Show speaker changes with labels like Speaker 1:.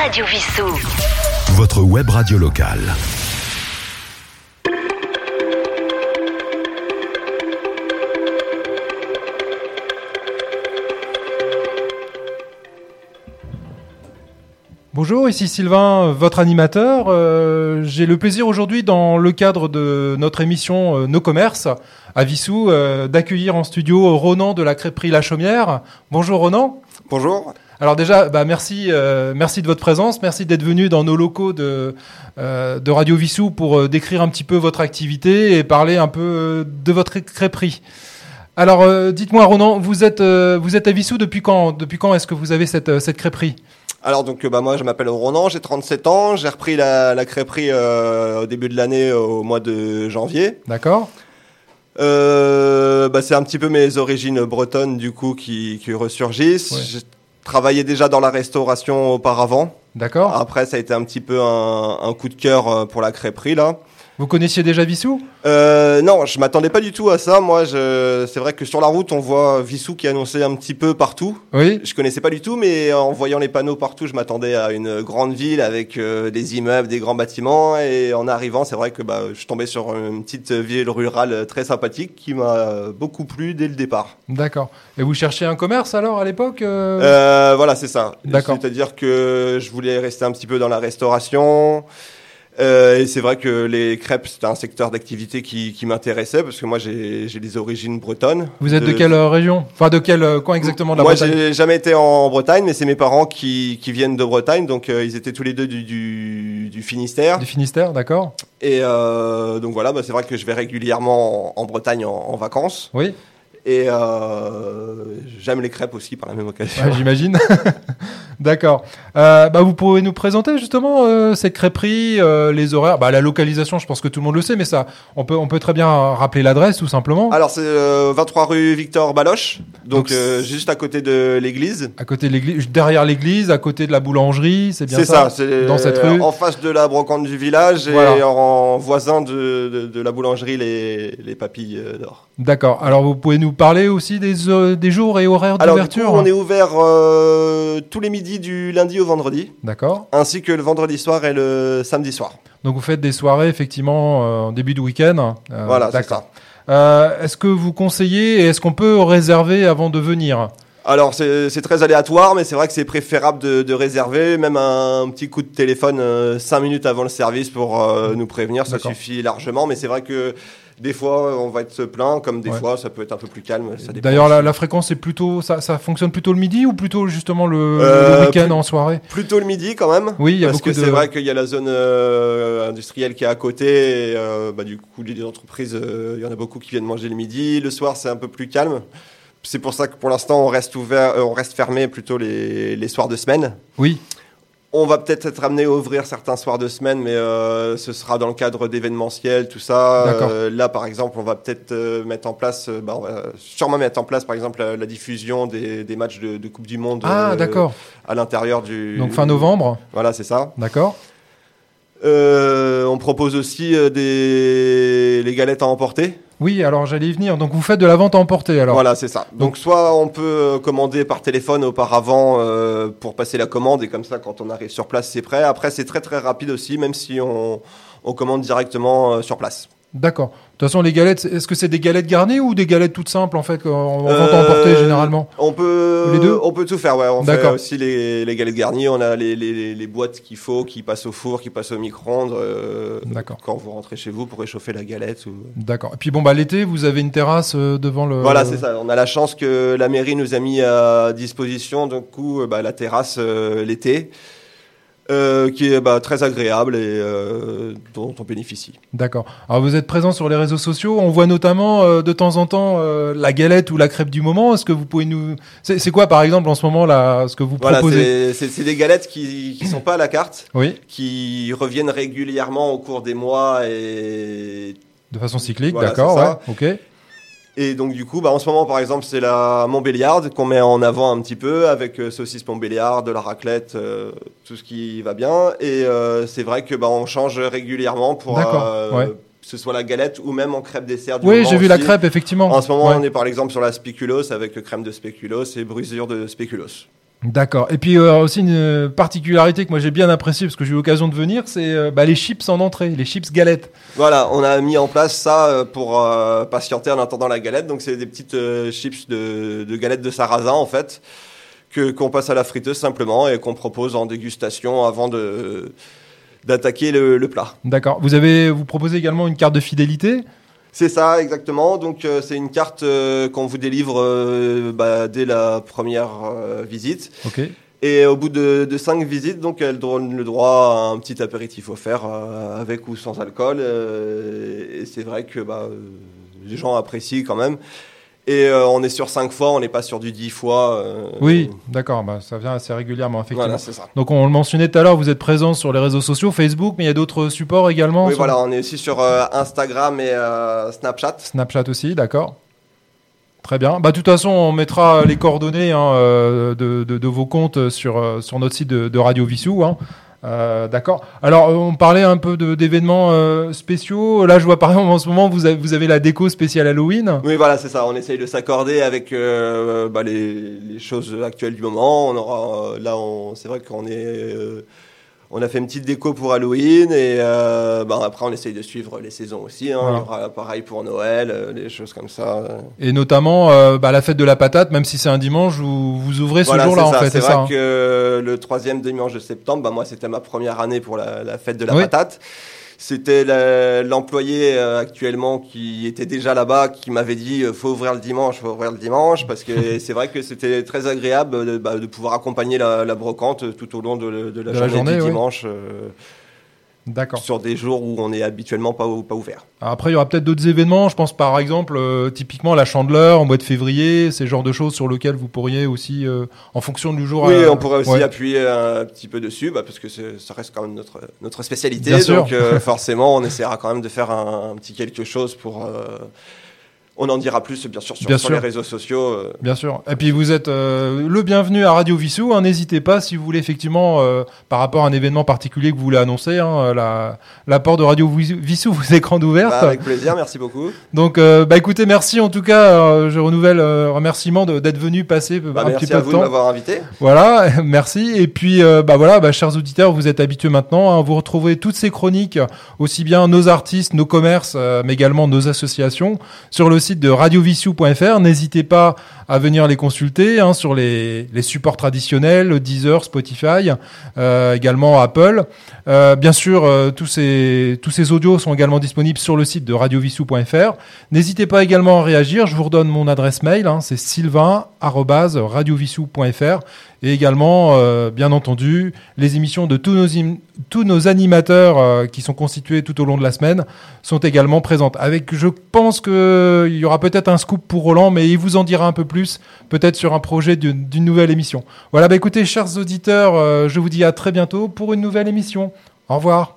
Speaker 1: Radio Vissou.
Speaker 2: Votre web radio locale.
Speaker 3: Bonjour, ici Sylvain, votre animateur. Euh, J'ai le plaisir aujourd'hui, dans le cadre de notre émission euh, Nos Commerces à Vissou, euh, d'accueillir en studio Ronan de la crêperie La Chaumière. Bonjour Ronan.
Speaker 4: Bonjour.
Speaker 3: Alors déjà, bah, merci, euh, merci de votre présence, merci d'être venu dans nos locaux de, euh, de Radio Vissou pour euh, décrire un petit peu votre activité et parler un peu euh, de votre crêperie. Alors, euh, dites-moi, Ronan, vous êtes, euh, vous êtes à Vissou depuis quand Depuis quand est-ce que vous avez cette, euh, cette crêperie
Speaker 4: Alors donc euh, bah moi je m'appelle Ronan, j'ai 37 ans, j'ai repris la, la crêperie euh, au début de l'année euh, au mois de janvier.
Speaker 3: D'accord
Speaker 4: Euh, bah, c'est un petit peu mes origines bretonnes du coup qui, qui ressurgissent.
Speaker 3: Ouais.
Speaker 4: J'ai travaillé déjà dans la restauration auparavant.
Speaker 3: D'accord
Speaker 4: Après ça a été un petit peu un, un coup de cœur euh, pour la crêperie là.
Speaker 3: Vous connaissiez déjà Vissou
Speaker 4: Euh, non, je m'attendais pas du tout à ça. Moi, je... c'est vrai que sur la route, on voit Vissou qui est annoncé un petit peu partout.
Speaker 3: Oui
Speaker 4: Je connaissais pas du tout, mais en voyant les panneaux partout, je m'attendais à une grande ville avec euh, des immeubles, des grands bâtiments. Et en arrivant, c'est vrai que bah, je suis tombé sur une petite ville rurale très sympathique qui m'a euh, beaucoup plu dès le départ.
Speaker 3: D'accord. Et vous cherchiez un commerce alors à l'époque euh
Speaker 4: Euh, voilà, c'est ça.
Speaker 3: D'accord.
Speaker 4: C'est-à-dire que je voulais rester un petit peu dans la restauration. Euh, et c'est vrai que les crêpes, c'était un secteur d'activité qui, qui m'intéressait parce que moi, j'ai j'ai des origines bretonnes.
Speaker 3: Vous êtes de, quelle euh, région Enfin, de quel euh, coin exactement de la
Speaker 4: Moi,
Speaker 3: Bretagne
Speaker 4: j'ai jamais été en Bretagne, mais c'est mes parents qui, qui viennent de Bretagne, donc euh, ils étaient tous les deux du, du, du Finistère.
Speaker 3: Du Finistère, d'accord
Speaker 4: Et euh, donc voilà, bah, c'est vrai que je vais régulièrement en, en Bretagne en, en vacances.
Speaker 3: Oui,
Speaker 4: Et euh, j'aime les crêpes aussi par la même occasion.
Speaker 3: Ouais, j'imagine. D'accord. Euh, bah, vous pouvez nous présenter justement euh, cette crêperie, euh, les horaires, bah, la localisation. Je pense que tout le monde le sait, mais ça, on peut, on peut très bien rappeler l'adresse tout simplement.
Speaker 4: Alors, c'est euh, 23 rue Victor Baloche, donc,
Speaker 3: Donc,
Speaker 4: euh, juste à côté de l'église.
Speaker 3: À côté de l'église, derrière l'église, à côté de la boulangerie, c'est bien
Speaker 4: C'est ça, c'est
Speaker 3: dans cette rue.
Speaker 4: en face de la brocante du village et
Speaker 3: Voilà.
Speaker 4: en voisin de, de, de la boulangerie Les, les Papilles euh, d'Or.
Speaker 3: D'accord. Alors vous pouvez nous parler aussi des, euh, des jours et horaires
Speaker 4: Alors, du coup,
Speaker 3: d'ouverture.
Speaker 4: on est ouvert euh, tous les midis du lundi au vendredi,
Speaker 3: D'accord.
Speaker 4: ainsi que le vendredi soir et le samedi soir.
Speaker 3: Donc vous faites des soirées effectivement euh, en début de week-end. Euh,
Speaker 4: voilà, c'est
Speaker 3: D'accord.
Speaker 4: ça.
Speaker 3: Euh, Est-ce que vous conseillez et est-ce qu'on peut réserver avant de venir
Speaker 4: Alors, c'est c'est très aléatoire, mais c'est vrai que c'est préférable de, de réserver, même un petit coup de téléphone 5 minutes avant le service pour euh, nous prévenir, ça
Speaker 3: D'accord.
Speaker 4: suffit largement, mais c'est vrai que des fois, on va être plein, comme des
Speaker 3: Ouais.
Speaker 4: fois, ça peut être un peu plus calme. ça dépend.
Speaker 3: D'ailleurs, la, la fréquence est plutôt, ça, ça fonctionne plutôt le midi ou plutôt justement le,
Speaker 4: Euh,
Speaker 3: le week-end
Speaker 4: plus-
Speaker 3: en soirée.
Speaker 4: Plutôt le midi quand même.
Speaker 3: Oui, il y a
Speaker 4: Parce
Speaker 3: beaucoup
Speaker 4: que
Speaker 3: de.
Speaker 4: c'est vrai qu'il y a la zone euh, industrielle qui est à côté. Et, euh, bah, du coup, les entreprises, euh, il y en a beaucoup qui viennent manger le midi. Le soir, c'est un peu plus calme. C'est pour ça que pour l'instant, on reste ouvert, euh, on reste fermé plutôt les, les soirs de semaine.
Speaker 3: Oui,
Speaker 4: On va peut-être être amené à ouvrir certains soirs de semaine, mais euh, ce sera dans le cadre d'événementiels, tout ça.
Speaker 3: D'accord.
Speaker 4: Euh, là, par exemple, on va peut-être euh, mettre en place, euh, bah, on va sûrement mettre en place, par exemple, la, la diffusion des, des matchs de, de Coupe du Monde
Speaker 3: ah
Speaker 4: euh,
Speaker 3: d'accord.
Speaker 4: à l'intérieur du.
Speaker 3: Donc fin novembre,
Speaker 4: Voilà, c'est ça.
Speaker 3: d'accord.
Speaker 4: Euh, on propose aussi euh, des les galettes à emporter.
Speaker 3: Oui, alors j'allais y venir. Donc vous faites de la vente à emporter alors.
Speaker 4: Voilà, c'est ça. Donc soit on peut euh, commander par téléphone auparavant euh, pour passer la commande et comme ça quand on arrive sur place c'est prêt. Après c'est très très rapide aussi même si on, on commande directement euh, sur place.
Speaker 3: D'accord. De toute façon, les galettes, est-ce que c'est des galettes garnies ou des galettes toutes simples en fait en, en
Speaker 4: Euh,
Speaker 3: vente à emporter généralement
Speaker 4: On peut
Speaker 3: Les deux
Speaker 4: on peut tout faire ouais. On fait
Speaker 3: D'accord.
Speaker 4: aussi les, les galettes garnies. On a les, les, les boîtes qu'il faut qui passent au four, qui passent au micro-ondes euh,
Speaker 3: D'accord.
Speaker 4: quand vous rentrez chez vous pour réchauffer la galette ou
Speaker 3: D'accord. Et puis bon bah l'été, vous avez une terrasse euh, devant le.
Speaker 4: Voilà, c'est ça. On a la chance que la mairie nous a mis à disposition, du coup, euh, bah, la terrasse euh, l'été, euh, qui est bah, très agréable et euh, dont on bénéficie.
Speaker 3: D'accord. Alors vous êtes présent sur les réseaux sociaux. On voit notamment euh, de temps en temps euh, la galette ou la crêpe du moment. Est-ce que vous pouvez nous. C'est c'est quoi par exemple en ce moment là ce que vous
Speaker 4: Voilà,
Speaker 3: proposez
Speaker 4: c'est c'est- c'est des galettes qui qui sont pas à la carte,
Speaker 3: Oui.
Speaker 4: qui reviennent régulièrement au cours des mois et
Speaker 3: De façon cyclique,
Speaker 4: Voilà,
Speaker 3: d'accord,
Speaker 4: c'est ça.
Speaker 3: ouais, ok.
Speaker 4: Et donc du coup, bah, en ce moment, par exemple, c'est la Montbéliarde qu'on met en avant un petit peu avec euh, saucisse Montbéliarde, de la raclette, euh, tout ce qui va bien. Et euh, c'est vrai que bah, on change régulièrement pour
Speaker 3: D'accord,
Speaker 4: euh,
Speaker 3: ouais.
Speaker 4: que ce soit la galette ou même en crêpe dessert. Du
Speaker 3: Oui,
Speaker 4: moment
Speaker 3: j'ai vu la
Speaker 4: aussi.
Speaker 3: crêpe, effectivement.
Speaker 4: En ce moment,
Speaker 3: Ouais.
Speaker 4: euh, on est par exemple sur la spéculoos avec crème de spéculoos et brusure de spéculoos.
Speaker 3: D'accord. Et puis euh, aussi une particularité que moi j'ai bien appréciée parce que j'ai eu l'occasion de venir, c'est euh, bah, les chips en entrée, les chips galettes.
Speaker 4: Voilà, on a mis en place ça euh, pour euh, patienter en attendant la galette. Donc c'est des petites euh, chips de, de galette de sarrasin en fait que qu'on passe à la friteuse simplement et qu'on propose en dégustation avant de d'attaquer le, le plat.
Speaker 3: D'accord. Vous avez vous proposez également une carte de fidélité.
Speaker 4: C'est ça exactement. Donc euh, c'est une carte euh, qu'on vous délivre euh, bah, dès la première euh, visite
Speaker 3: Ok.
Speaker 4: et au bout de, de cinq visites, donc elle donne le droit à un petit apéritif offert euh, avec ou sans alcool. euh, et c'est vrai que bah, euh, les gens apprécient quand même. Et euh, on est sur cinq fois, on n'est pas sur du dix fois. euh,
Speaker 3: Oui, d'accord. Bah, ça vient assez régulièrement effectivement.
Speaker 4: Voilà, c'est ça.
Speaker 3: Donc on le mentionnait tout à l'heure, vous êtes présent sur les réseaux sociaux, Facebook, mais il y a d'autres supports également.
Speaker 4: Oui,
Speaker 3: sur
Speaker 4: voilà, on est aussi sur euh, Instagram et euh, Snapchat.
Speaker 3: Snapchat aussi, d'accord. Très bien. Bah, de toute façon, on mettra les coordonnées hein, euh, de, de- de vos comptes sur, euh, sur notre site de, de Radio Vissou. hein. Euh, d'accord. Alors, euh, on parlait un peu de- d'événements euh, spéciaux. Là, je vois par exemple en ce moment, vous avez, vous avez la déco spéciale Halloween.
Speaker 4: Oui, voilà, c'est ça. On essaye de s'accorder avec euh, bah, les, les choses actuelles du moment. On aura, euh, là, on- c'est vrai qu'on est, euh, on a fait une petite déco pour Halloween et euh, bah, après on essaye de suivre les saisons aussi. hein.
Speaker 3: Voilà.
Speaker 4: Il y aura pareil pour Noël, euh, des choses comme ça.
Speaker 3: Et notamment euh, bah, la fête de la patate, même si c'est un dimanche, vous, vous ouvrez ce
Speaker 4: Voilà,
Speaker 3: jour-là en fait.
Speaker 4: C'est
Speaker 3: C'est
Speaker 4: vrai
Speaker 3: ça. hein.
Speaker 4: que le troisième dimanche de septembre, bah, moi c'était ma première année pour la, la fête de la
Speaker 3: Oui.
Speaker 4: patate. C'était la- l'employé euh, actuellement qui était déjà là-bas qui m'avait dit euh, faut ouvrir le dimanche, faut ouvrir le dimanche parce que c'est vrai que c'était très agréable euh, de, bah, de pouvoir accompagner la, la brocante euh, tout au long de, le- de la
Speaker 3: De la
Speaker 4: journée,
Speaker 3: journée,
Speaker 4: du
Speaker 3: oui.
Speaker 4: dimanche euh,
Speaker 3: D'accord.
Speaker 4: sur des jours où on n'est habituellement pas, ou- pas ouvert.
Speaker 3: Alors Après, il y aura peut-être d'autres événements. Je pense par exemple, euh, typiquement la chandeleur en mois de février, ces genres de choses sur lesquelles vous pourriez aussi, euh, en fonction du jour.
Speaker 4: Oui,
Speaker 3: euh,
Speaker 4: on pourrait aussi
Speaker 3: ouais.
Speaker 4: appuyer un petit peu dessus, bah, parce que c'est- ça reste quand même notre, notre spécialité.
Speaker 3: Bien sûr.
Speaker 4: donc euh, forcément, on essaiera quand même de faire un, un petit quelque chose pour... euh, on en dira plus, bien sûr, sur,
Speaker 3: Bien
Speaker 4: sur
Speaker 3: sûr.
Speaker 4: les réseaux sociaux. euh.
Speaker 3: Bien sûr. Et puis vous êtes euh, le bienvenu à Radio Vissou. hein. N'hésitez pas si vous voulez effectivement, euh, par rapport à un événement particulier que vous voulez annoncer, hein, la, la porte de Radio Vissou- Vissou vous est grande ouverte.
Speaker 4: Bah, avec plaisir, merci beaucoup.
Speaker 3: Donc, euh, bah écoutez, merci en tout cas. euh, je renouvelle euh, remerciement de- d'être venu passer euh,
Speaker 4: Bah,
Speaker 3: un petit
Speaker 4: merci
Speaker 3: peu
Speaker 4: à
Speaker 3: de
Speaker 4: vous de
Speaker 3: temps.
Speaker 4: m'avoir invité.
Speaker 3: Voilà, merci. Et puis, euh, bah voilà, bah, chers auditeurs, vous êtes habitués maintenant. hein. vous retrouvez toutes ces chroniques, aussi bien nos artistes, nos commerces, euh, mais également nos associations, sur le site de radiovissiou.fr. N'hésitez pas à venir les consulter hein, sur les, les supports traditionnels, Deezer, Spotify, euh, également Apple. Euh, bien sûr, euh, tous ces tous ces audios sont également disponibles sur le site de radiovissiou.fr. N'hésitez pas également à réagir. Je vous redonne mon adresse mail. hein, C'est sylvain@radiovissiou.fr et également, euh, bien entendu, les émissions de tous nos, im- tous nos animateurs euh, qui sont constitués tout au long de la semaine sont également présentes. Avec, je pense que il y aura peut-être un scoop pour Roland, mais il vous en dira un peu plus, peut-être sur un projet d'une d'une nouvelle émission. Voilà, bah écoutez, chers auditeurs, euh, je vous dis à très bientôt pour une nouvelle émission. Au revoir.